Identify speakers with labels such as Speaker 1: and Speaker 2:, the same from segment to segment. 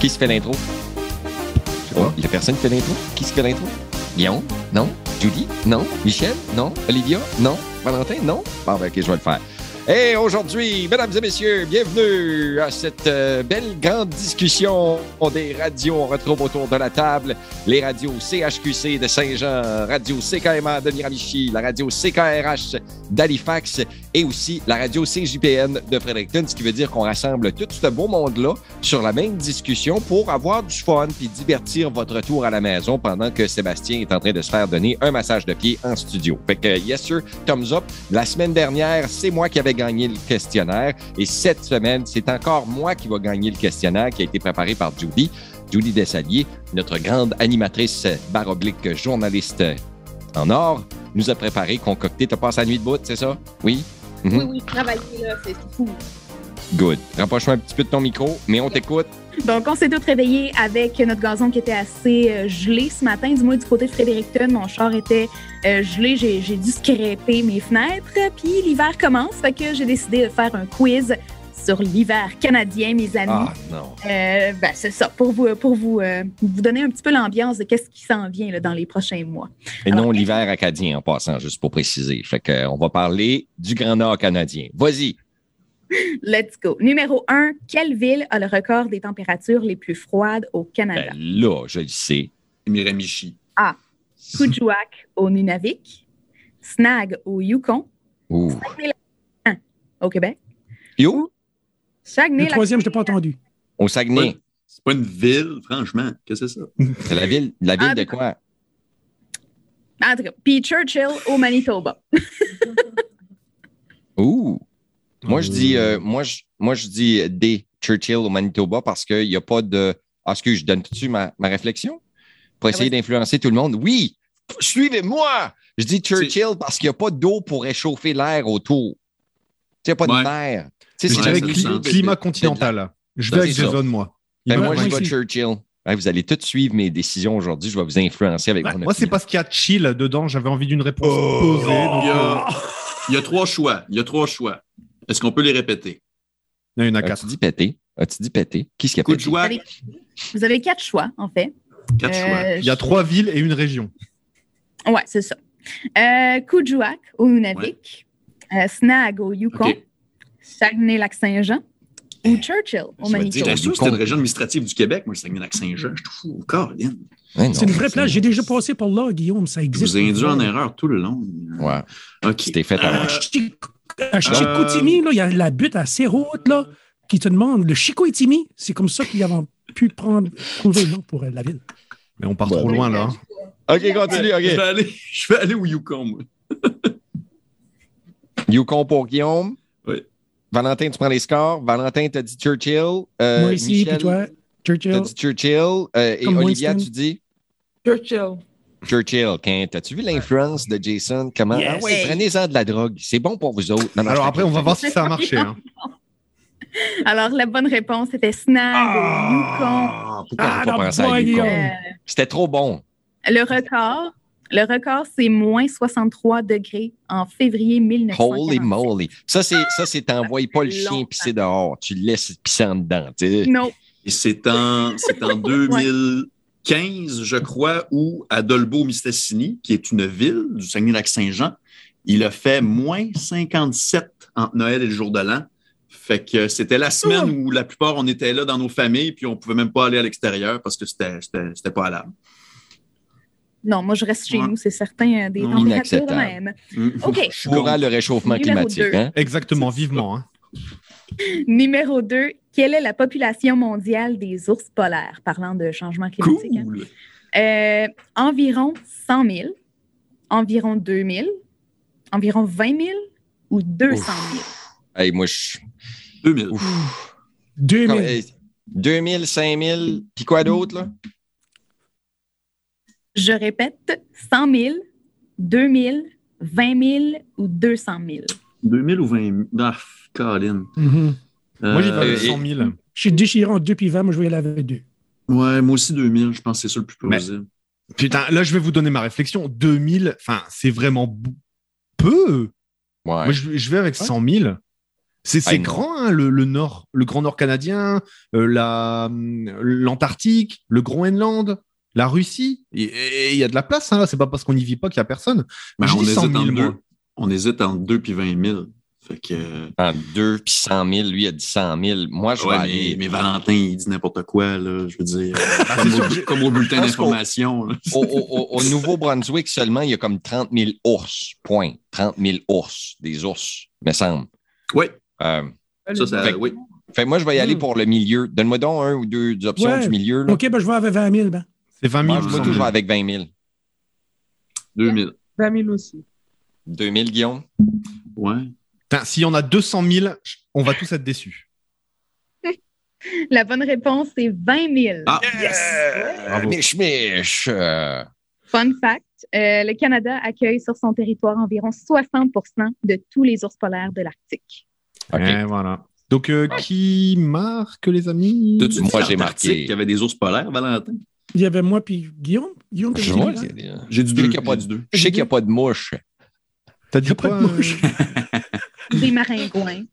Speaker 1: Qui se fait l'intro?
Speaker 2: Je sais pas.
Speaker 1: Il y a personne qui fait l'intro? Qui se fait l'intro? Guillaume? Non? Julie? Non? Michel? Non? Olivia? Non? Valentin? Non? Bon, ben, OK, je vais le faire. Et aujourd'hui, mesdames et messieurs, bienvenue à cette euh, belle grande discussion des radios. On retrouve autour de la table les radios CHQC de Saint-Jean, Radio CKMA de Miramichi, la radio CKRH d'Halifax et aussi la radio CJPN de Fredericton, ce qui veut dire qu'on rassemble tout ce beau monde-là sur la même discussion pour avoir du fun puis divertir votre retour à la maison pendant que Sébastien est en train de se faire donner un massage de pied en studio. Fait que, yes sir, thumbs up. La semaine dernière, c'est moi qui avais gagné le questionnaire et cette semaine, c'est encore moi qui va gagner le questionnaire qui a été préparé par Judy. Julie Dessalier, notre grande animatrice baroblique journaliste en or, nous a préparé, concocté. T'as passé la nuit de bout, c'est ça? Oui? Mhm.
Speaker 3: Oui, oui, travailler, là, c'est fou.
Speaker 1: Good. Rapproche-moi un petit peu de ton micro, mais on t'écoute.
Speaker 3: Donc, on s'est tous réveillés avec notre gazon qui était assez euh, gelé ce matin, du moins du côté de Fredericton. Mon char était euh, gelé, j'ai j'ai dû scraper mes fenêtres. Puis l'hiver commence, fait que j'ai décidé de faire un quiz sur l'hiver canadien, mes amis.
Speaker 1: Ah non.
Speaker 3: Euh, ben, c'est ça, pour vous, pour vous, euh, vous donner un petit peu l'ambiance de qu'est-ce qui s'en vient là, dans les prochains mois.
Speaker 1: Et
Speaker 3: Alors-
Speaker 1: non l'hiver acadien en passant, juste pour préciser. Fait que, euh, on va parler du Grand Nord canadien. Vas-y.
Speaker 3: Let's go. Numéro un, quelle ville a le record des températures les plus froides au Canada?
Speaker 1: Ben là, je le sais.
Speaker 2: Miramichi.
Speaker 3: Kujuak au Nunavik, Snag au Yukon,
Speaker 1: Ouh.
Speaker 3: au Québec,
Speaker 1: Yo,
Speaker 3: Saguenay,
Speaker 4: Le troisième, je t'ai pas entendu.
Speaker 1: au Saguenay.
Speaker 2: C'est pas une ville, franchement. Qu'est-ce que c'est ça?
Speaker 1: C'est la ville, la
Speaker 3: Ah,
Speaker 1: ville de quoi?
Speaker 3: en tout cas, puis Churchill au Manitoba.
Speaker 1: Ouh. Moi, je dis, euh, moi, je, moi, je dis D, Churchill au Manitoba parce qu'il n'y a pas de. Ah, excuse, je donne-tu ma, ma réflexion pour essayer
Speaker 3: Ah, vas-y.
Speaker 1: d'influencer tout le monde? Oui, p- suivez-moi. Je dis Churchill parce qu'il n'y a pas d'eau pour réchauffer l'air autour. Tu sais, il n'y a pas
Speaker 2: Ouais.
Speaker 1: de mer. Tu sais, c'est
Speaker 2: Mais
Speaker 5: Je dirais
Speaker 2: Ouais, ça
Speaker 1: juste-
Speaker 2: cli-
Speaker 5: cli-
Speaker 2: sent.
Speaker 5: climat continental. Je vais
Speaker 1: Ça,
Speaker 5: avec
Speaker 1: c'est ça.
Speaker 5: Jason, moi. Il
Speaker 1: Ben, moi,
Speaker 5: va avec
Speaker 1: je
Speaker 4: moi
Speaker 1: vais
Speaker 4: aussi.
Speaker 1: Churchill. Ouais, vous allez tous suivre mes décisions aujourd'hui. Je Oh, vais vous influencer avec
Speaker 5: Ben,
Speaker 1: mon
Speaker 5: moi, c'est
Speaker 1: opinion.
Speaker 5: parce qu'il y a chill dedans. J'avais envie d'une réponse posée. donc,
Speaker 2: Il, y
Speaker 5: euh,
Speaker 2: a, il y a trois choix. Il y a trois choix. Est-ce qu'on peut les répéter?
Speaker 5: Il y en a
Speaker 1: As-tu
Speaker 5: quatre.
Speaker 1: dit pété? As-tu dit pété? Qui ce qui a
Speaker 2: Coup de
Speaker 1: pété?
Speaker 2: joie,
Speaker 3: Allez. Vous avez quatre choix, en fait.
Speaker 2: quatre choix.
Speaker 3: Euh,
Speaker 5: Il y a trois villes et une région.
Speaker 3: je- Ouais, c'est ça. Euh, Kujuak au Nunavik, euh, Snag au Yukon,
Speaker 2: OK.
Speaker 3: Saguenay-Lac-Saint-Jean ou Churchill au
Speaker 2: Je vais te dire,
Speaker 3: Manitoba.
Speaker 2: j'étais sûr que c'était une région administrative du Québec. Moi, je suis lac Saint-Jean. Je suis fou. Oh, Caroline.
Speaker 1: Ouais, Ben, non,
Speaker 4: C'est une vraie
Speaker 1: c'est-
Speaker 4: place. J'ai déjà passé par là, Guillaume. Ça
Speaker 2: Je
Speaker 4: existe.
Speaker 2: vous ai induit en erreur tout le long.
Speaker 1: Ouais,
Speaker 2: OK.
Speaker 1: tu t'es fait avoir.
Speaker 4: À Chic- à Chicoutimi, là, il y a la butte à ces routes là, qui te demande le Chicoutimi. C'est comme ça qu'ils avaient pu prendre, trouver le nom pour euh, la ville.
Speaker 5: Mais on part
Speaker 1: Bon.
Speaker 5: trop loin, là. hein.
Speaker 4: Ah,
Speaker 1: OK, continue.
Speaker 2: Je, vais
Speaker 1: OK.
Speaker 2: aller, je vais aller au Yukon, moi.
Speaker 1: Yukon pour Guillaume.
Speaker 2: Oui.
Speaker 1: Valentin, tu prends les scores. Valentin, t'as dit Churchill. Euh,
Speaker 4: Moi ici,
Speaker 1: Michel,
Speaker 4: puis toi, Churchill.
Speaker 1: T'as dit Churchill. Euh, et
Speaker 4: Comme
Speaker 1: Olivia,
Speaker 4: Winston.
Speaker 1: tu dis
Speaker 6: Churchill.
Speaker 1: Churchill. Quint, T'as-tu vu l'influence de Jason? Comment?
Speaker 4: Yes.
Speaker 1: Ah ouais, prenez-en de la drogue. C'est bon pour vous autres. Non, non,
Speaker 5: Alors
Speaker 1: je
Speaker 5: après, on va voir si ça a marché. hein.
Speaker 3: Alors, la bonne réponse était Snag
Speaker 2: Ah, pourquoi?
Speaker 1: Ah, pas
Speaker 4: non,
Speaker 1: pensé à
Speaker 4: voyons.
Speaker 3: au Yukon.
Speaker 1: Yukon.
Speaker 3: Euh,
Speaker 1: C'était trop bon.
Speaker 3: Le record, le record, c'est moins 63 degrés en février 1940.
Speaker 1: Holy moly. Ça, c'est, ça, c'est t'envoies pas le chien
Speaker 3: Longtemps.
Speaker 1: pisser dehors. Tu le laisses pisser en dedans. tu sais.
Speaker 3: Non,
Speaker 2: Et c'est en, c'est en 2015, je crois, où à Dolbeau-Mistassini, qui est une ville du Saguenay-Lac-Saint-Jean, il a fait moins 57 entre Noël et le jour de l'an. Fait que c'était la semaine où la plupart, on était là dans nos familles, puis on pouvait même pas aller à l'extérieur parce que c'était, c'était, c'était pas à l'âme.
Speaker 3: non, moi je reste chez
Speaker 2: Ouais.
Speaker 3: nous, c'est certain, euh, des
Speaker 2: Non,
Speaker 3: températures de
Speaker 1: inacceptable.
Speaker 3: même.
Speaker 2: Mm.
Speaker 3: OK,
Speaker 1: Je suis Courant le réchauffement
Speaker 3: Numéro
Speaker 1: climatique.
Speaker 3: deux.
Speaker 1: Hein?
Speaker 5: Exactement, vivement. hein.
Speaker 3: numéro 2, quelle est la population mondiale des ours polaires, parlant de changement climatique? hein?
Speaker 2: Cool!
Speaker 3: Euh, environ 100 000, environ 2 000, environ 20 000 ou 200 000?
Speaker 1: Hey, moi, je.
Speaker 2: 2000.
Speaker 1: Ouf.
Speaker 4: 2000.
Speaker 1: Comme, hey, 2000, 5000, puis quoi d'autre, là?
Speaker 3: Je répète, 100 000, 2 000, 20 000 ou 200 000?
Speaker 2: 2000 ou 20 000. Ah, Colin.
Speaker 4: Mhm.
Speaker 5: Moi, j'y vais
Speaker 2: Euh,
Speaker 5: avec 100 000.
Speaker 4: Je suis déchirant en deux puis 20, moi, je vais y aller avec deux.
Speaker 2: Ouais, moi aussi 2000, je pense que c'est ça le plus
Speaker 5: Mais-
Speaker 2: plausible.
Speaker 5: Putain, là, je vais vous donner ma réflexion. 2000, enfin, c'est vraiment b- peu.
Speaker 1: Ouais.
Speaker 5: Moi, je, je vais avec 100 000. C'est c'est
Speaker 1: Ah, non.
Speaker 5: grand, hein, le, le nord, le grand nord canadien, euh, la- euh, l'Antarctique, le Groenland, la Russie. Et- Et il y a de la place, hein, là. C'est pas parce qu'on n'y vit pas qu'il y a personne.
Speaker 2: Ben,
Speaker 5: Je
Speaker 2: on,
Speaker 5: dis 100
Speaker 2: hésite
Speaker 5: 000,
Speaker 2: entre deux,
Speaker 5: moi.
Speaker 2: on hésite entre 2 puis 20 000. Fait que, euh,
Speaker 1: En 2 puis 100 000, lui a dit 100 000. Moi, je
Speaker 2: ouais,
Speaker 1: vais
Speaker 2: mais,
Speaker 1: aller.
Speaker 2: mais Valentin, il dit n'importe quoi, là, je veux dire. comme,
Speaker 5: sûr,
Speaker 2: au,
Speaker 5: j'ai-
Speaker 2: comme au bulletin
Speaker 1: Je pense qu'on-
Speaker 2: d'information. là.
Speaker 1: Au, au- au- au Nouveau-Brunswick seulement, il y a comme 30 000 ours. Point. 30 000 ours. Des ours, me semble.
Speaker 2: Oui,
Speaker 1: Euh,
Speaker 2: ça, ça,
Speaker 1: Fait-
Speaker 2: oui.
Speaker 1: fait, moi, je vais y aller
Speaker 4: Hmm.
Speaker 1: pour le milieu. Donne-moi donc un ou deux options
Speaker 4: Ouais.
Speaker 1: du milieu. Là.
Speaker 4: OK, ben, je vais avec 20 000. Ben.
Speaker 5: C'est 20 000.
Speaker 1: Moi,
Speaker 2: je
Speaker 5: il me
Speaker 1: moi,
Speaker 2: sens
Speaker 1: tout, je
Speaker 5: semble.
Speaker 1: vais avec 20 000.
Speaker 2: 2 000.
Speaker 6: 20 000 aussi.
Speaker 1: 2 000, Guillaume.
Speaker 2: Ouais.
Speaker 5: Putain, S'il y en a 200 000, on va tous être déçus.
Speaker 3: La bonne réponse, c'est 20 000.
Speaker 2: Ah,
Speaker 1: Yes!
Speaker 5: Bravo.
Speaker 1: Mich, mich. euh,
Speaker 3: Fun fact, euh, le Canada accueille sur son territoire environ 60 de tous les ours polaires de l'Arctique.
Speaker 1: OK.
Speaker 5: Et Eh, voilà. Donc, euh, qui marque, les amis
Speaker 2: T'as-tu dit
Speaker 1: Moi, j'ai
Speaker 2: l'Antarctique,
Speaker 1: marqué.
Speaker 2: qu'il y avait des ours polaires, Valentin?
Speaker 4: Il y avait moi puis Guillaume. Guillaume, t'as
Speaker 1: Je
Speaker 4: dit
Speaker 1: vois
Speaker 4: Guillaume?
Speaker 1: qu'il y a des- hein.
Speaker 2: J'ai du
Speaker 1: Je sais
Speaker 2: 2.
Speaker 1: qu'il y a pas de- je sais qu'il n'y a pas de mouche.
Speaker 5: T'as
Speaker 4: Il y
Speaker 5: dit
Speaker 4: a pas
Speaker 5: quoi
Speaker 4: de mouche.
Speaker 5: euh,
Speaker 3: Des maringouins.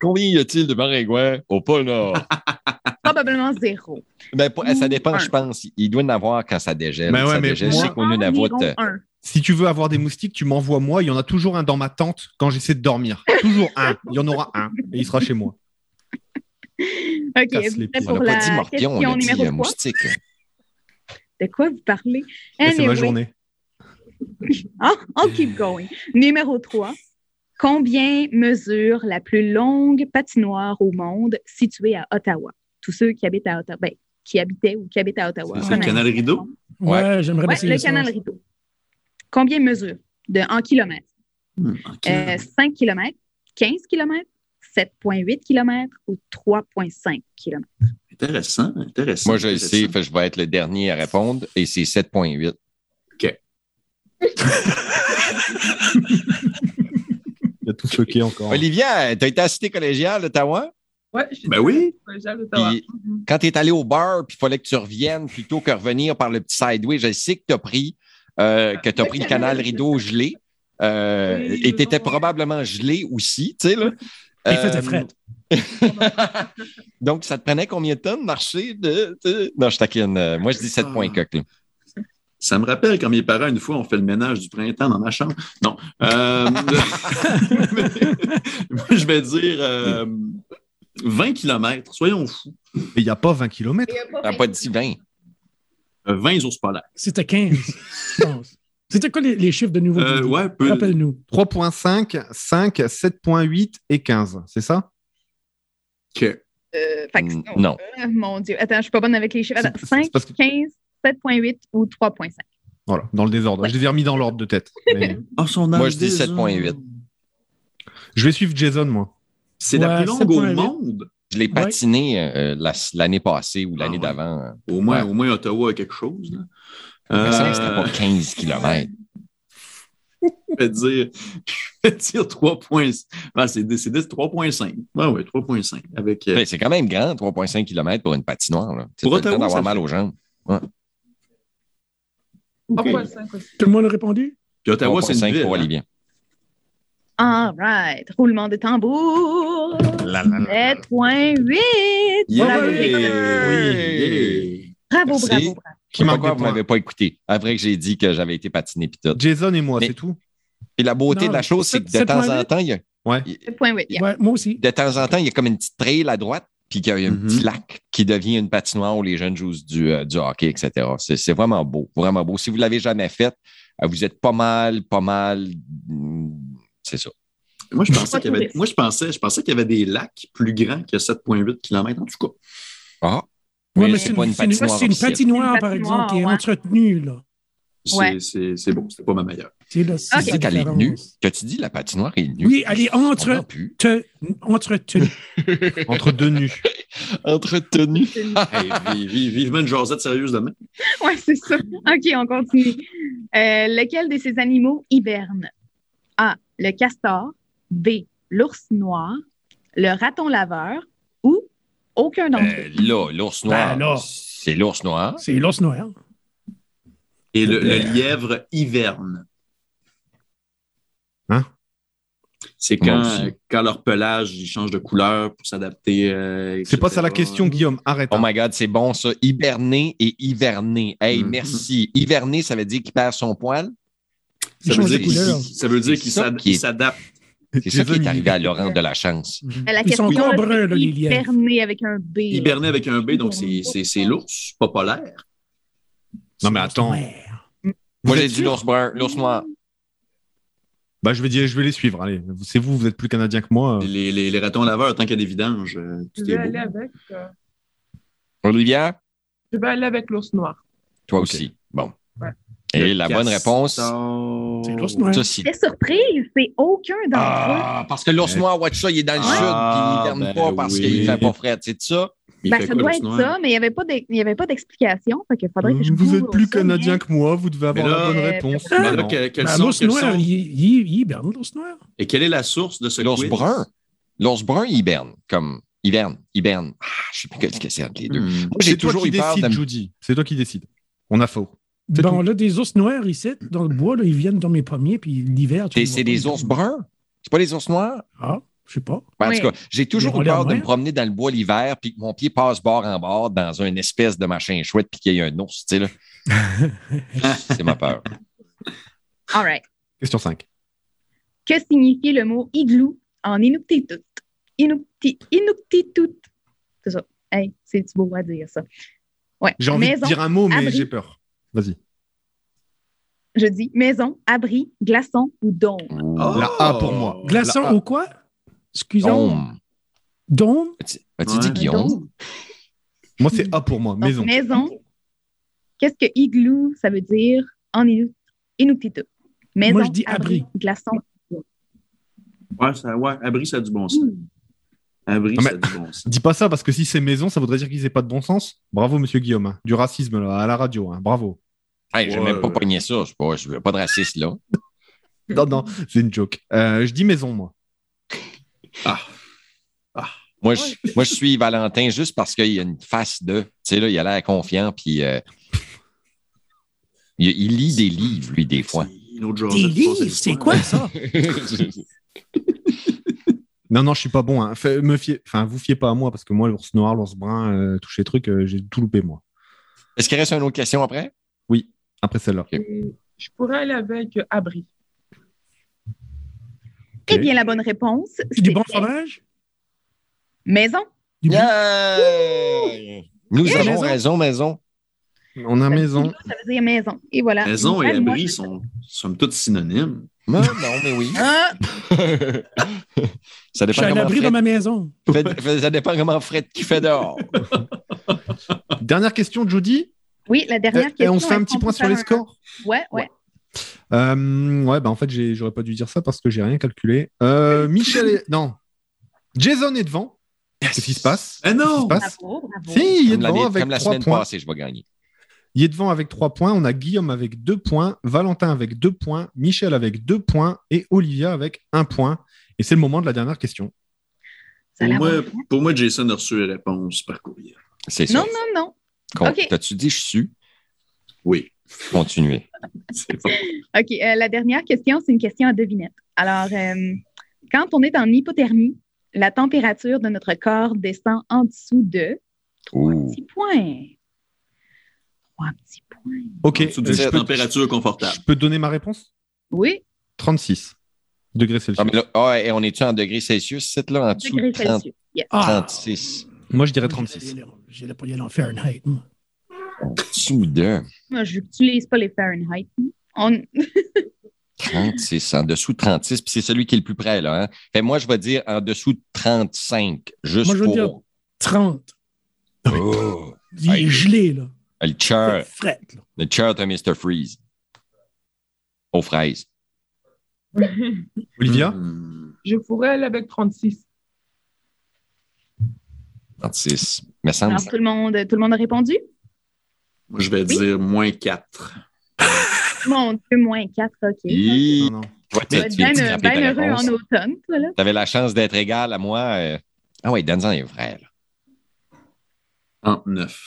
Speaker 1: Combien y a-t-il de maringouins au pôle Nord?
Speaker 3: Probablement zéro.
Speaker 1: Ben, pour- ça dépend,
Speaker 3: Un.
Speaker 1: je pense. Il doit y en avoir quand ça dégèle.
Speaker 5: Ben ouais,
Speaker 1: ça
Speaker 5: mais
Speaker 1: dégèle,
Speaker 5: moi-
Speaker 1: c'est qu'on a une avotte.
Speaker 3: Environ un.
Speaker 5: Si tu veux avoir des moustiques, tu m'envoies moi. Il y en a toujours un dans ma tente quand j'essaie de dormir. Toujours un. Il y en aura un. Et il sera chez moi.
Speaker 3: OK,
Speaker 5: Casse
Speaker 3: vous
Speaker 5: les
Speaker 3: êtes
Speaker 5: pieds.
Speaker 1: On n'a
Speaker 3: pour
Speaker 1: pas
Speaker 3: la
Speaker 1: dit
Speaker 3: question
Speaker 1: morpion, on a dit
Speaker 3: numéro
Speaker 1: euh,
Speaker 3: 3?
Speaker 1: moustique.
Speaker 3: De quoi vous parlez?
Speaker 5: Et C'est ma
Speaker 3: Anyway,
Speaker 5: journée.
Speaker 3: I'll, I'll keep going. Numéro 3. Combien mesure la plus longue patinoire au monde située à Ottawa? Tous ceux qui habitent à Ottawa, ben, qui habitaient ou qui habitent à Ottawa.
Speaker 2: C'est
Speaker 4: le
Speaker 3: connaissent.
Speaker 2: canal Rideau?
Speaker 4: Ouais,
Speaker 1: Ouais.
Speaker 4: j'aimerais
Speaker 3: Ouais,
Speaker 4: laisser
Speaker 3: le
Speaker 4: ça.
Speaker 3: canal Rideau. Combien mesure de, en kilomètres?
Speaker 2: Hum, ok.
Speaker 3: Euh, 5 km, 15 km, 7,8 km ou 3,5 km?
Speaker 2: Intéressant, intéressant.
Speaker 1: Moi, je le
Speaker 2: intéressant.
Speaker 1: sais, fait que je vais être le dernier à répondre et c'est 7,8.
Speaker 5: Il a tout choqué encore.
Speaker 1: Olivier, t'as été à Cité collégiale d'Ottawa?
Speaker 6: Ouais, je suis
Speaker 2: Ben oui.
Speaker 1: Puis- Quand t'es allé au bar, puis il fallait que tu reviennes plutôt que revenir par le petit sideway, je sais que t'as pris, euh, que t'as pris le canal rideau gelé. euh,
Speaker 6: Oui,
Speaker 1: et t'étais
Speaker 6: bon.
Speaker 1: probablement gelé aussi, tu sais, là.
Speaker 4: Il faisait
Speaker 1: Euh,
Speaker 4: fret.
Speaker 1: Donc, ça te prenait combien de temps de marcher? De, de- Non, je taquine. euh, Moi, je dis 7 points coq. là.
Speaker 2: Ça me rappelle quand mes parents, une fois, ont fait le ménage du printemps dans ma chambre. Non. Euh, Moi, je vais dire euh, 20 km, soyons fous.
Speaker 5: Mais il n'y a pas 20 km.
Speaker 1: T'as Ah, pas dit 20.
Speaker 2: Euh, 20 ours polaires.
Speaker 4: C'était 15, je pense. C'était quoi les, les chiffres de nouveau?
Speaker 2: Euh,
Speaker 4: Guillaume?
Speaker 2: ouais, peu-
Speaker 4: Rappelle-nous.
Speaker 5: 3.5, 5, 7.8 et 15. C'est ça
Speaker 2: Ok.
Speaker 3: Euh, fait que-
Speaker 1: Mm, non.
Speaker 3: Euh, mon Dieu. Attends, je suis pas bonne avec les chiffres. Attends,
Speaker 5: C'est-
Speaker 3: 5,
Speaker 5: c'est parce que-
Speaker 3: 15, 7,8 ou 3,5?
Speaker 5: Voilà, dans le désordre.
Speaker 3: Ouais.
Speaker 5: Je les ai remis dans l'ordre de tête. Mais
Speaker 2: Ah, son
Speaker 1: Moi,
Speaker 2: âge
Speaker 1: je dis
Speaker 2: des
Speaker 1: 7,8.
Speaker 2: hommes.
Speaker 5: je vais suivre Jason, moi.
Speaker 2: C'est
Speaker 4: Ouais,
Speaker 2: la plus longue
Speaker 4: 7,8.
Speaker 2: au monde.
Speaker 1: Je l'ai
Speaker 4: Ouais.
Speaker 1: patiné euh, la- l'année passée ou l'année
Speaker 2: ouais.
Speaker 1: d'avant. euh.
Speaker 2: Au moins,
Speaker 1: Ouais.
Speaker 2: au moins Ottawa a quelque chose. là.
Speaker 1: Il me semble que
Speaker 2: Euh,
Speaker 1: c'était pas 15 km.
Speaker 2: je vais dire, je vais dire 3 points. Ah, c'est dé- c'est dé- 3.5. Ah oui, 3.5. Avec, euh,
Speaker 1: c'est quand même grand, 3,5 km pour une patinoire. Là.
Speaker 2: Pour
Speaker 1: Pour le temps
Speaker 2: Ottawa,
Speaker 1: d'avoir
Speaker 2: ça
Speaker 1: mal
Speaker 2: fait.
Speaker 1: aux jambes.
Speaker 2: Ok.
Speaker 6: 3.5 aussi.
Speaker 4: Tout le monde a répondu?
Speaker 2: Puis Ottawa, c'est une
Speaker 1: 3,5
Speaker 2: ville.
Speaker 1: pour
Speaker 2: hein.
Speaker 1: Olivier.
Speaker 3: All right. Roulement de tambour. 7,8.
Speaker 2: Yeah.
Speaker 3: Bravo, les gars.
Speaker 2: Oui, yeah.
Speaker 3: Bravo,
Speaker 1: Merci.
Speaker 3: bravo, bravo.
Speaker 5: Qui
Speaker 1: Pourquoi
Speaker 5: marque des
Speaker 1: vous
Speaker 5: points
Speaker 1: m'avez pas écouté? Après que j'ai dit que j'avais été patiné pis tout.
Speaker 5: Jason et moi,
Speaker 1: Mais-
Speaker 5: c'est tout.
Speaker 1: Et la beauté
Speaker 4: Non,
Speaker 1: de la chose, c'est que de
Speaker 4: sept-
Speaker 1: temps en
Speaker 4: 7,8?
Speaker 1: temps, il y a,
Speaker 3: 7,8. yeah.
Speaker 4: Ouais, moi aussi.
Speaker 1: de temps en temps, il y a comme une petite trail à droite, puis qu'il y a un
Speaker 2: Mhm.
Speaker 1: petit lac qui devient une patinoire où les jeunes jouent du, euh, du hockey, etc. C'est, c'est vraiment beau, vraiment beau. Si vous l'avez jamais fait, euh, vous êtes pas mal, pas mal. mm, C'est ça.
Speaker 2: Moi, je pensais
Speaker 3: Pas
Speaker 2: qu'il y avait,
Speaker 3: touriste.
Speaker 2: moi, je pensais, je pensais qu'il y avait des lacs plus grands que 7,8 km, en tout cas.
Speaker 1: Ah,
Speaker 4: Ouais,
Speaker 1: Mais
Speaker 4: mais
Speaker 1: c'est
Speaker 4: c'est une,
Speaker 1: pas une
Speaker 4: c'est une-
Speaker 1: patinoire
Speaker 4: c'est une
Speaker 1: officielle.
Speaker 4: patinoire,
Speaker 3: C'est une
Speaker 4: par
Speaker 3: patinoire,
Speaker 4: exemple, qui est
Speaker 3: ouais.
Speaker 4: entretenue. Là.
Speaker 2: C'est,
Speaker 3: Ouais.
Speaker 2: c'est, c'est beau, c'était pas ma meilleure.
Speaker 4: C'est là, c'est
Speaker 3: Ok.
Speaker 4: la
Speaker 1: Tu dis qu'elle est
Speaker 4: différence.
Speaker 1: nue. T'as-tu dit la patinoire est nue?
Speaker 4: Oui, elle est
Speaker 1: Je comprends
Speaker 4: entre,
Speaker 1: plus.
Speaker 4: te- entretenue.
Speaker 5: Entre deux nus.
Speaker 1: Entretenue.
Speaker 2: Hey, vi- vi- vivement une jasette sérieuse demain.
Speaker 3: Ouais, c'est ça. OK, on continue. Euh, lequel de ces animaux hiberne? A. Le castor. B. L'ours noir. Le raton laveur. Ou aucun d'entre eux.
Speaker 1: Euh, là, l'ours noir.
Speaker 4: Ben là.
Speaker 1: c'est l'ours noir.
Speaker 4: C'est l'ours noir.
Speaker 2: Et le, le lièvre hiverne.
Speaker 5: Hein?
Speaker 2: C'est
Speaker 1: Moi
Speaker 2: quand,
Speaker 1: aussi.
Speaker 2: euh, quand leur pelage, ils changent de couleur pour s'adapter. euh,
Speaker 5: C'est pas
Speaker 2: etc.
Speaker 5: ça la question, Guillaume. Arrête.
Speaker 1: Oh
Speaker 5: hein.
Speaker 1: my God, c'est bon ça. Hiberner et hiverner. Hey,
Speaker 2: Mhm.
Speaker 1: merci. Hiverner, ça veut dire qu'il perd son poil.
Speaker 4: Ils
Speaker 2: Ça veut
Speaker 4: changent
Speaker 2: dire
Speaker 4: de
Speaker 2: qu'ils-
Speaker 4: couleur.
Speaker 2: ça veut dire
Speaker 1: C'est
Speaker 2: qu'ils
Speaker 1: ça
Speaker 2: s'ad-
Speaker 1: qui est-
Speaker 2: ils s'adaptent.
Speaker 1: C'est ça qui
Speaker 5: Jason,
Speaker 1: est arrivé à
Speaker 5: il-
Speaker 1: Laurent de la chance.
Speaker 3: Ben, La
Speaker 4: Ils sont
Speaker 3: question,
Speaker 4: encore
Speaker 3: là,
Speaker 4: bruns, là,
Speaker 3: c'est
Speaker 4: les lièvres.
Speaker 3: hiberner avec un B. là.
Speaker 2: Hiberner avec un B, donc c'est- c'est c'est l'ours, pas polaire.
Speaker 5: Non, mais attends.
Speaker 4: Ouais.
Speaker 1: Moi,
Speaker 5: Vous
Speaker 1: j'ai
Speaker 5: êtes
Speaker 1: dit
Speaker 5: sûr
Speaker 1: l'ours brun, l'ours noir.
Speaker 5: Bah, je vais dire, je vais les suivre. Allez, c'est vous, vous êtes plus canadien que moi. euh.
Speaker 2: Les, les, les ratons laveurs, tant qu'il y a des vidanges, euh,
Speaker 6: Je
Speaker 2: tout
Speaker 6: vais
Speaker 2: est
Speaker 6: aller
Speaker 2: beau.
Speaker 6: avec. euh,
Speaker 1: Olivia,
Speaker 6: je vais aller avec l'ours noir.
Speaker 1: toi
Speaker 5: Ok.
Speaker 1: aussi. Bon.
Speaker 6: Ouais.
Speaker 1: Et la bonne réponse,
Speaker 4: C'est
Speaker 2: C'est
Speaker 4: l'ours noir.
Speaker 1: Oh, ça c'est.
Speaker 3: Quelle surprise, c'est aucun d'entre eux.
Speaker 1: Ah, parce que l'ours noir, watch ça, il est dans le
Speaker 2: Ah,
Speaker 1: sud, puis il hiverne
Speaker 2: ben
Speaker 1: pas parce
Speaker 2: oui.
Speaker 1: qu'il fait pas frais. C'est ça?
Speaker 3: Ben, ça doit être ça, mais il n'y avait pas d'e- il y avait pas d'explication. Fait que faudrait que je
Speaker 5: Euh, Hum, Vous êtes
Speaker 3: Google
Speaker 5: plus
Speaker 3: ça,
Speaker 5: canadien
Speaker 3: mais-
Speaker 5: que moi, vous devez avoir
Speaker 2: Mais
Speaker 5: la
Speaker 2: là,
Speaker 5: bonne
Speaker 3: euh,
Speaker 5: réponse.
Speaker 4: Ah,
Speaker 5: Mais
Speaker 2: là,
Speaker 5: non.
Speaker 2: que- quelles
Speaker 4: Ben,
Speaker 2: sont-
Speaker 4: l'ours
Speaker 2: quelles
Speaker 4: noir,
Speaker 2: sont-
Speaker 4: il il- il hiberne, l'ours noir.
Speaker 2: Et quelle est la source de ce
Speaker 1: L'ours
Speaker 2: quiz?
Speaker 1: brun. L'ours brun hiberne, comme hiverne, hiberne. Ah, je sais plus que- ce que c'est entre les deux. Moi,
Speaker 2: Hmm.
Speaker 1: j'ai
Speaker 5: C'est toi
Speaker 1: toujours
Speaker 5: qui
Speaker 1: eu peur
Speaker 5: décide,
Speaker 1: de-
Speaker 5: Judy. C'est toi qui décide. On a faux. C'est
Speaker 4: Bon,
Speaker 5: tout.
Speaker 4: là, des ours noirs ici, dans le bois, là, ils viennent dans mes pommiers, puis l'hiver. tu
Speaker 1: T'es-
Speaker 4: les vois
Speaker 1: C'est
Speaker 4: pas,
Speaker 1: des
Speaker 4: ils-
Speaker 1: ours bruns. C'est pas des ours noirs?
Speaker 4: Ah, je sais pas.
Speaker 1: Ben,
Speaker 3: Oui.
Speaker 1: En tout cas, j'ai toujours
Speaker 4: Ils ont
Speaker 1: eu peur
Speaker 4: l'air
Speaker 1: de me
Speaker 4: moins.
Speaker 1: promener dans le bois l'hiver puis que mon pied passe bord en bord dans une espèce de machin chouette puis qu'il y ait un ours, tu sais, là. C'est ma peur.
Speaker 3: All right.
Speaker 5: Question 5.
Speaker 3: Que signifie le mot igloo en Inuktitut? Inukti, Inuktitut. C'est ça. Hey, c'est beau à dire ça. Ouais.
Speaker 5: J'ai envie de
Speaker 3: Maison,
Speaker 5: dire un mot, mais
Speaker 3: abri.
Speaker 5: j'ai peur. Vas-y.
Speaker 3: Je dis maison, abri, glaçon ou dôme.
Speaker 2: Oh!
Speaker 5: La A pour moi.
Speaker 4: Glaçon
Speaker 5: La A.
Speaker 4: ou quoi? Excusons.
Speaker 1: Dôme.
Speaker 4: Dôme?
Speaker 1: As-tu as-tu
Speaker 2: Ouais.
Speaker 1: dit Guillaume?
Speaker 3: Dôme.
Speaker 5: Moi, c'est A pour moi.
Speaker 3: Donc,
Speaker 5: Maison.
Speaker 3: Maison. Qu'est-ce que igloo, ça veut dire en Inu- Inuktitut? Maison,
Speaker 4: Moi, je dis abri.
Speaker 3: Glaçon.
Speaker 2: Ouais, ça, ouais, abri, ça a du bon sens.
Speaker 3: Hmm.
Speaker 2: Abri,
Speaker 5: Non,
Speaker 2: ça a
Speaker 5: mais-
Speaker 2: du bon sens.
Speaker 5: Dis pas ça, parce que si c'est maison, ça voudrait dire qu'ils aient pas de bon sens. Bravo, monsieur Guillaume. hein. Du racisme là, à la radio. hein. Bravo.
Speaker 1: Hey, j'ai même pas
Speaker 2: Ouais.
Speaker 1: pogné ça. Je suis pas- je veux pas de raciste, là.
Speaker 5: Non, non, c'est une joke. Euh, je dis maison, moi.
Speaker 2: Ah,
Speaker 1: Moi, je, moi, je suis Valentin juste parce qu'il y a une face de. Tu sais, là, il a l'air confiant puis euh, il, il lit des livres, lui, des fois.
Speaker 2: c'est une autre journée
Speaker 4: Des
Speaker 2: de passer
Speaker 4: livres,
Speaker 2: le
Speaker 4: c'est
Speaker 2: soir.
Speaker 4: quoi ça?
Speaker 5: Non, non, je suis pas bon. hein. Fais- me fiez- Enfin, vous fiez pas à moi, parce que moi, l'ours noir, l'ours brun, euh, tous ces trucs, euh, j'ai tout loupé, moi.
Speaker 1: Est-ce qu'il reste une autre question après?
Speaker 5: Après celle-là.
Speaker 6: Et Je pourrais aller avec euh, abri.
Speaker 3: Eh bien, la bonne réponse,
Speaker 4: Puis du
Speaker 3: c'est
Speaker 4: bon fromage?
Speaker 3: maison.
Speaker 4: Du bon-
Speaker 1: Yeah! Nous
Speaker 5: Yeah!
Speaker 1: avons
Speaker 5: Maison.
Speaker 1: raison, maison.
Speaker 5: On a
Speaker 3: Ça veut
Speaker 5: maison.
Speaker 3: dire- Ça veut dire maison. Et voilà.
Speaker 2: Maison et
Speaker 3: Ah, moi,
Speaker 2: abri
Speaker 3: je-
Speaker 2: sont, sommes toutes synonymes.
Speaker 1: Non, non, mais oui. ça,
Speaker 4: Je
Speaker 1: dépend
Speaker 4: suis à
Speaker 1: comment
Speaker 4: l'abri dans
Speaker 1: Fred,
Speaker 4: ma maison.
Speaker 1: fait- fait- ça dépend comment Fred qui fait dehors.
Speaker 5: Dernière question, Judy.
Speaker 3: Oui, la dernière
Speaker 5: Euh, Et
Speaker 3: question.
Speaker 5: on se fait un
Speaker 3: est-ce
Speaker 5: petit
Speaker 3: qu'on
Speaker 5: point
Speaker 3: peut
Speaker 5: sur les
Speaker 3: faire un-
Speaker 5: scores.
Speaker 3: Ouais, ouais.
Speaker 5: Euh, ouais, bah en fait, j'ai- j'aurais pas dû dire ça parce que j'ai rien calculé. Euh, Michel est... Non. Jason est devant. Qu'est-ce qui se passe
Speaker 2: Eh non!
Speaker 5: Qu'est-ce qui se passe
Speaker 3: Bravo, bravo.
Speaker 5: Si, il est
Speaker 1: Comme l'année-
Speaker 5: devant
Speaker 1: comme la,
Speaker 5: avec 3
Speaker 1: semaine
Speaker 5: points.
Speaker 1: passée, je vais gagner.
Speaker 5: Il est devant avec 3 points. On a Guillaume avec 2 points, Valentin avec 2 points, Michel avec 2 points et Olivia avec 1 point. Et c'est le moment de la dernière question.
Speaker 3: Ça
Speaker 2: Pour
Speaker 3: l'a
Speaker 2: moi,
Speaker 3: bon.
Speaker 2: pour moi, Jason a reçu les réponses par courriel.
Speaker 1: C'est ça.
Speaker 3: Non, non, non.
Speaker 1: Con-
Speaker 3: ok.
Speaker 1: T'as-tu dit je suis?
Speaker 2: Oui.
Speaker 1: Continuez.
Speaker 2: C'est bon.
Speaker 3: OK, euh, la dernière question, c'est une question à devinette. Alors, euh, quand on est en hypothermie, la température de notre corps descend en dessous de
Speaker 1: Ouh.
Speaker 3: petits points. Trois petits points.
Speaker 5: Ok,
Speaker 2: En dessous de
Speaker 5: euh, je,
Speaker 2: cette
Speaker 5: peux,
Speaker 2: température confortable.
Speaker 5: je peux donner ma réponse
Speaker 3: Oui,
Speaker 5: 36 degrés
Speaker 1: Ah,
Speaker 5: Celsius.
Speaker 1: mais là, ah, et on est-tu en degrés Celsius, c'est là, en dessous de
Speaker 3: degrés
Speaker 1: 30
Speaker 3: Celsius. Yes.
Speaker 4: Ah,
Speaker 1: 36.
Speaker 5: Moi, je dirais 36.
Speaker 4: J'ai pas y aller en Fahrenheit. moi.
Speaker 1: En dessous de
Speaker 3: Moi, je n'utilise pas les Fahrenheit. On...
Speaker 1: 36. En dessous de 36, puis c'est celui qui est le plus près, là. Hein? Fait, moi, je vais dire en dessous de 35, juste
Speaker 4: Moi, je veux
Speaker 1: pour...
Speaker 4: dire 30.
Speaker 1: Oh,
Speaker 4: Il
Speaker 1: Hey.
Speaker 4: est gelé, là.
Speaker 1: le cœur.
Speaker 4: C'est fret, là.
Speaker 1: Le chat à Mr. Freeze. Aux fraises.
Speaker 2: Euh,
Speaker 5: Olivia
Speaker 2: Hmm.
Speaker 6: Je pourrais aller avec 36.
Speaker 1: 36. Me semble.
Speaker 3: Alors, tout le, monde, tout le monde a répondu?
Speaker 2: Moi, je vais dire moins 4.
Speaker 3: Mon Dieu, moins quatre, OK.
Speaker 1: Hi,
Speaker 5: Non, non.
Speaker 1: toi,
Speaker 3: Tu
Speaker 1: t'es-
Speaker 3: vas être
Speaker 1: tu viens
Speaker 3: bien,
Speaker 1: de
Speaker 3: euh,
Speaker 1: scraper
Speaker 3: bien
Speaker 1: ta
Speaker 3: heureux
Speaker 1: réponse.
Speaker 3: en automne, toi, là.
Speaker 1: T'avais la chance d'être égal à moi. euh. Ah oui, Danzan est vrai. là.
Speaker 2: 39.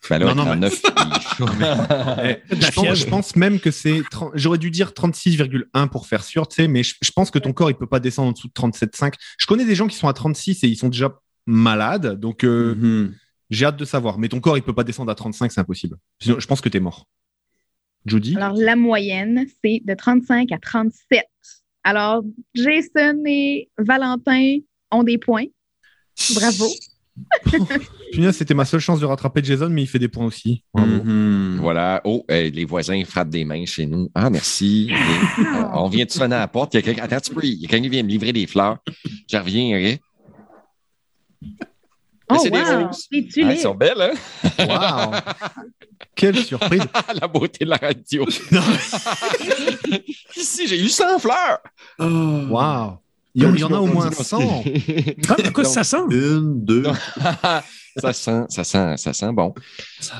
Speaker 1: fallait
Speaker 5: Non, non,
Speaker 1: être en
Speaker 5: mais-
Speaker 1: neuf, il est chaud.
Speaker 2: Euh,
Speaker 5: Eh,
Speaker 4: De la
Speaker 5: je, pense,
Speaker 4: fièvre.
Speaker 5: je pense même que c'est. 30 J'aurais dû dire 36,1 pour faire sûr, tu sais, mais je, je pense que ton corps, il peut pas descendre en dessous de 37,5. Je connais des gens qui sont à 36 et ils sont déjà malades, donc euh,
Speaker 2: Mhm.
Speaker 5: j'ai hâte de savoir. Mais ton corps, il peut pas descendre à 35, c'est impossible. Sinon, je pense que t'es mort. Judy
Speaker 3: Alors, la moyenne, c'est de 35 à 37. Alors, Jason et Valentin ont des points. Bravo.
Speaker 5: Punaise, c'était ma seule chance de rattraper Jason, mais il fait des points aussi. Bravo.
Speaker 2: Mhm.
Speaker 1: Voilà. Oh, eh, les voisins frappent des mains chez nous. Ah, merci. Et, euh, on vient de sonner à la porte. Il y a quelqu'un. Attends, tu peux. Il y a quelqu'un qui vient me livrer des fleurs. Je reviens. ok? Mais c'est des roses.
Speaker 3: C'est-tu
Speaker 1: Ah,
Speaker 3: laid?
Speaker 1: elles sont belles, hein?
Speaker 5: Waouh Quelle surprise
Speaker 1: la beauté de la radio. Ici, j'ai eu 100 fleurs.
Speaker 2: Ah.
Speaker 5: Waouh Il y en- il y en a au moins 100
Speaker 4: Ah, pourquoi
Speaker 1: Donc-
Speaker 4: ça sent?
Speaker 2: Une, deux.
Speaker 1: Non. ça sent, ça sent, ça sent bon.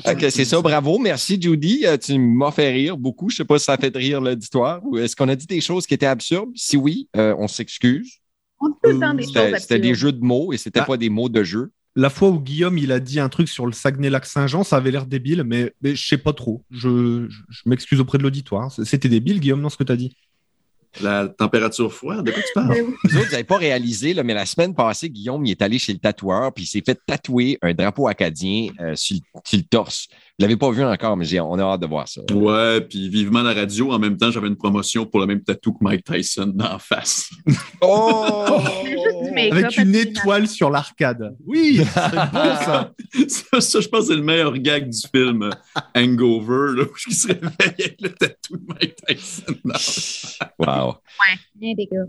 Speaker 5: Ah,
Speaker 1: Ok, c'est ça, bravo. Merci, Judy. Euh, tu m'as fait rire beaucoup. Je sais pas si ça a fait de rire l'auditoire. ou Est-ce qu'on a dit des choses qui étaient absurdes? Si oui, euh, on s'excuse.
Speaker 3: On dit tout le temps des choses
Speaker 1: Euh, C'était c'était
Speaker 3: absurdes.
Speaker 1: des jeux de mots et c'était
Speaker 5: Ah.
Speaker 1: pas des mots de jeu.
Speaker 5: La fois où Guillaume il a dit un truc sur le Saguenay-Lac-Saint-Jean, ça avait l'air débile, mais, mais je sais pas trop. Je, je- je m'excuse auprès de l'auditoire. C- C'était débile, Guillaume, non, ce que t'as dit.
Speaker 2: La température froide, de quoi tu
Speaker 3: Mais
Speaker 2: parles?
Speaker 3: oui.
Speaker 1: Vous autres, vous n'avez pas réalisé, là, mais la semaine passée, Guillaume, il est allé chez le tatoueur, puis il s'est fait tatouer un drapeau acadien euh, sur, le- sur le torse. Vous l'avez pas vu encore, mais j'ai- on a hâte de voir ça.
Speaker 2: Ouais, puis vivement la radio. En même temps, j'avais une promotion pour le même tatou que Mike Tyson dans la face.
Speaker 1: Oh!
Speaker 3: Juste du make-up
Speaker 5: Avec une
Speaker 3: absolument.
Speaker 5: étoile sur l'arcade. Oui, c'est bon ça.
Speaker 2: Ça, ça, je pense, que c'est le meilleur gag du film euh, Hangover, là, où il se réveille avec le tatou de Mike Tyson. dans la face.
Speaker 1: Wow.
Speaker 3: Bien des gars.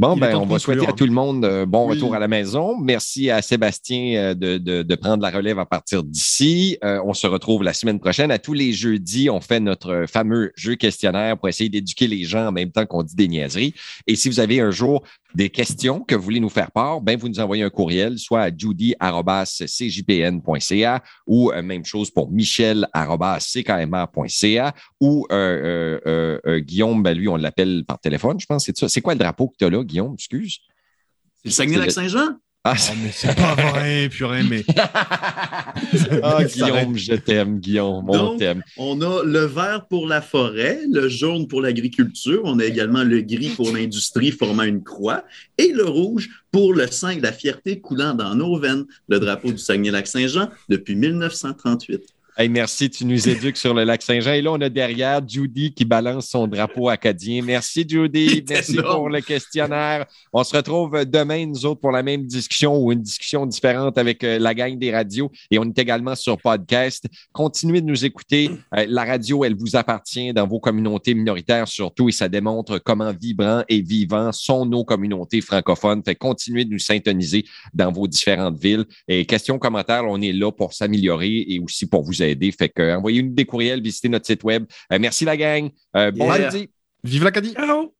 Speaker 1: Bon,
Speaker 5: Il est
Speaker 1: ben,
Speaker 5: temps
Speaker 1: on
Speaker 5: de
Speaker 1: va
Speaker 5: conclure,
Speaker 1: souhaiter à
Speaker 5: hein.
Speaker 1: tout le monde euh, bon
Speaker 2: Oui.
Speaker 1: retour à la maison. Merci à Sébastien euh, de, de- de prendre la relève à partir d'ici. Euh, on se retrouve la semaine prochaine. À tous les jeudis, on fait notre fameux jeu questionnaire pour essayer d'éduquer les gens en même temps qu'on dit des niaiseries. Et si vous avez un jour des questions que vous voulez nous faire part, ben, vous nous envoyez un courriel, soit à judy.cjpn.ca ou euh, même chose pour michel.ckma.ca ou euh, euh, euh, euh, Guillaume, ben, lui, on l'appelle par téléphone, je pense. C'est ça. C'est quoi le drapeau que tu as là, Guillaume? Excuse.
Speaker 2: C'est le Saguenay-Lac-Saint-Jean?
Speaker 1: Ah,
Speaker 5: Oh, mais c'est pas vrai, purée, mais. Ça arrête.
Speaker 1: Ah, Guillaume, je t'aime, Guillaume, on
Speaker 2: Donc-
Speaker 1: t'aime.
Speaker 2: On a le vert pour la forêt, le jaune pour l'agriculture, on a également le gris pour l'industrie formant une croix et le rouge pour le sang et la fierté coulant dans nos veines, le drapeau du Saguenay-Lac-Saint-Jean depuis 1938.
Speaker 1: Hey, merci, tu nous éduques sur le lac Saint-Jean. Et là, on a derrière Judy qui balance son drapeau acadien. Merci,
Speaker 2: Il
Speaker 1: Judy.
Speaker 2: est
Speaker 1: Merci
Speaker 2: énorme.
Speaker 1: pour le questionnaire. On se retrouve demain, nous autres, pour la même discussion ou une discussion différente avec euh, la gang des radios. Et on est également sur podcast. Continuez de nous écouter. Euh, la radio, elle vous appartient dans vos communautés minoritaires surtout et ça démontre comment vibrants et vivants sont nos communautés francophones. Fait continuez de nous syntoniser dans vos différentes villes. Et questions, commentaires, on est là pour s'améliorer et aussi pour vous aider. Fait que euh, envoyez-nous des courriels, visitez notre site web. Euh, merci la gang. Euh, bon
Speaker 2: Yeah.
Speaker 1: lundi.
Speaker 5: Vive l'Acadie
Speaker 4: Ciao!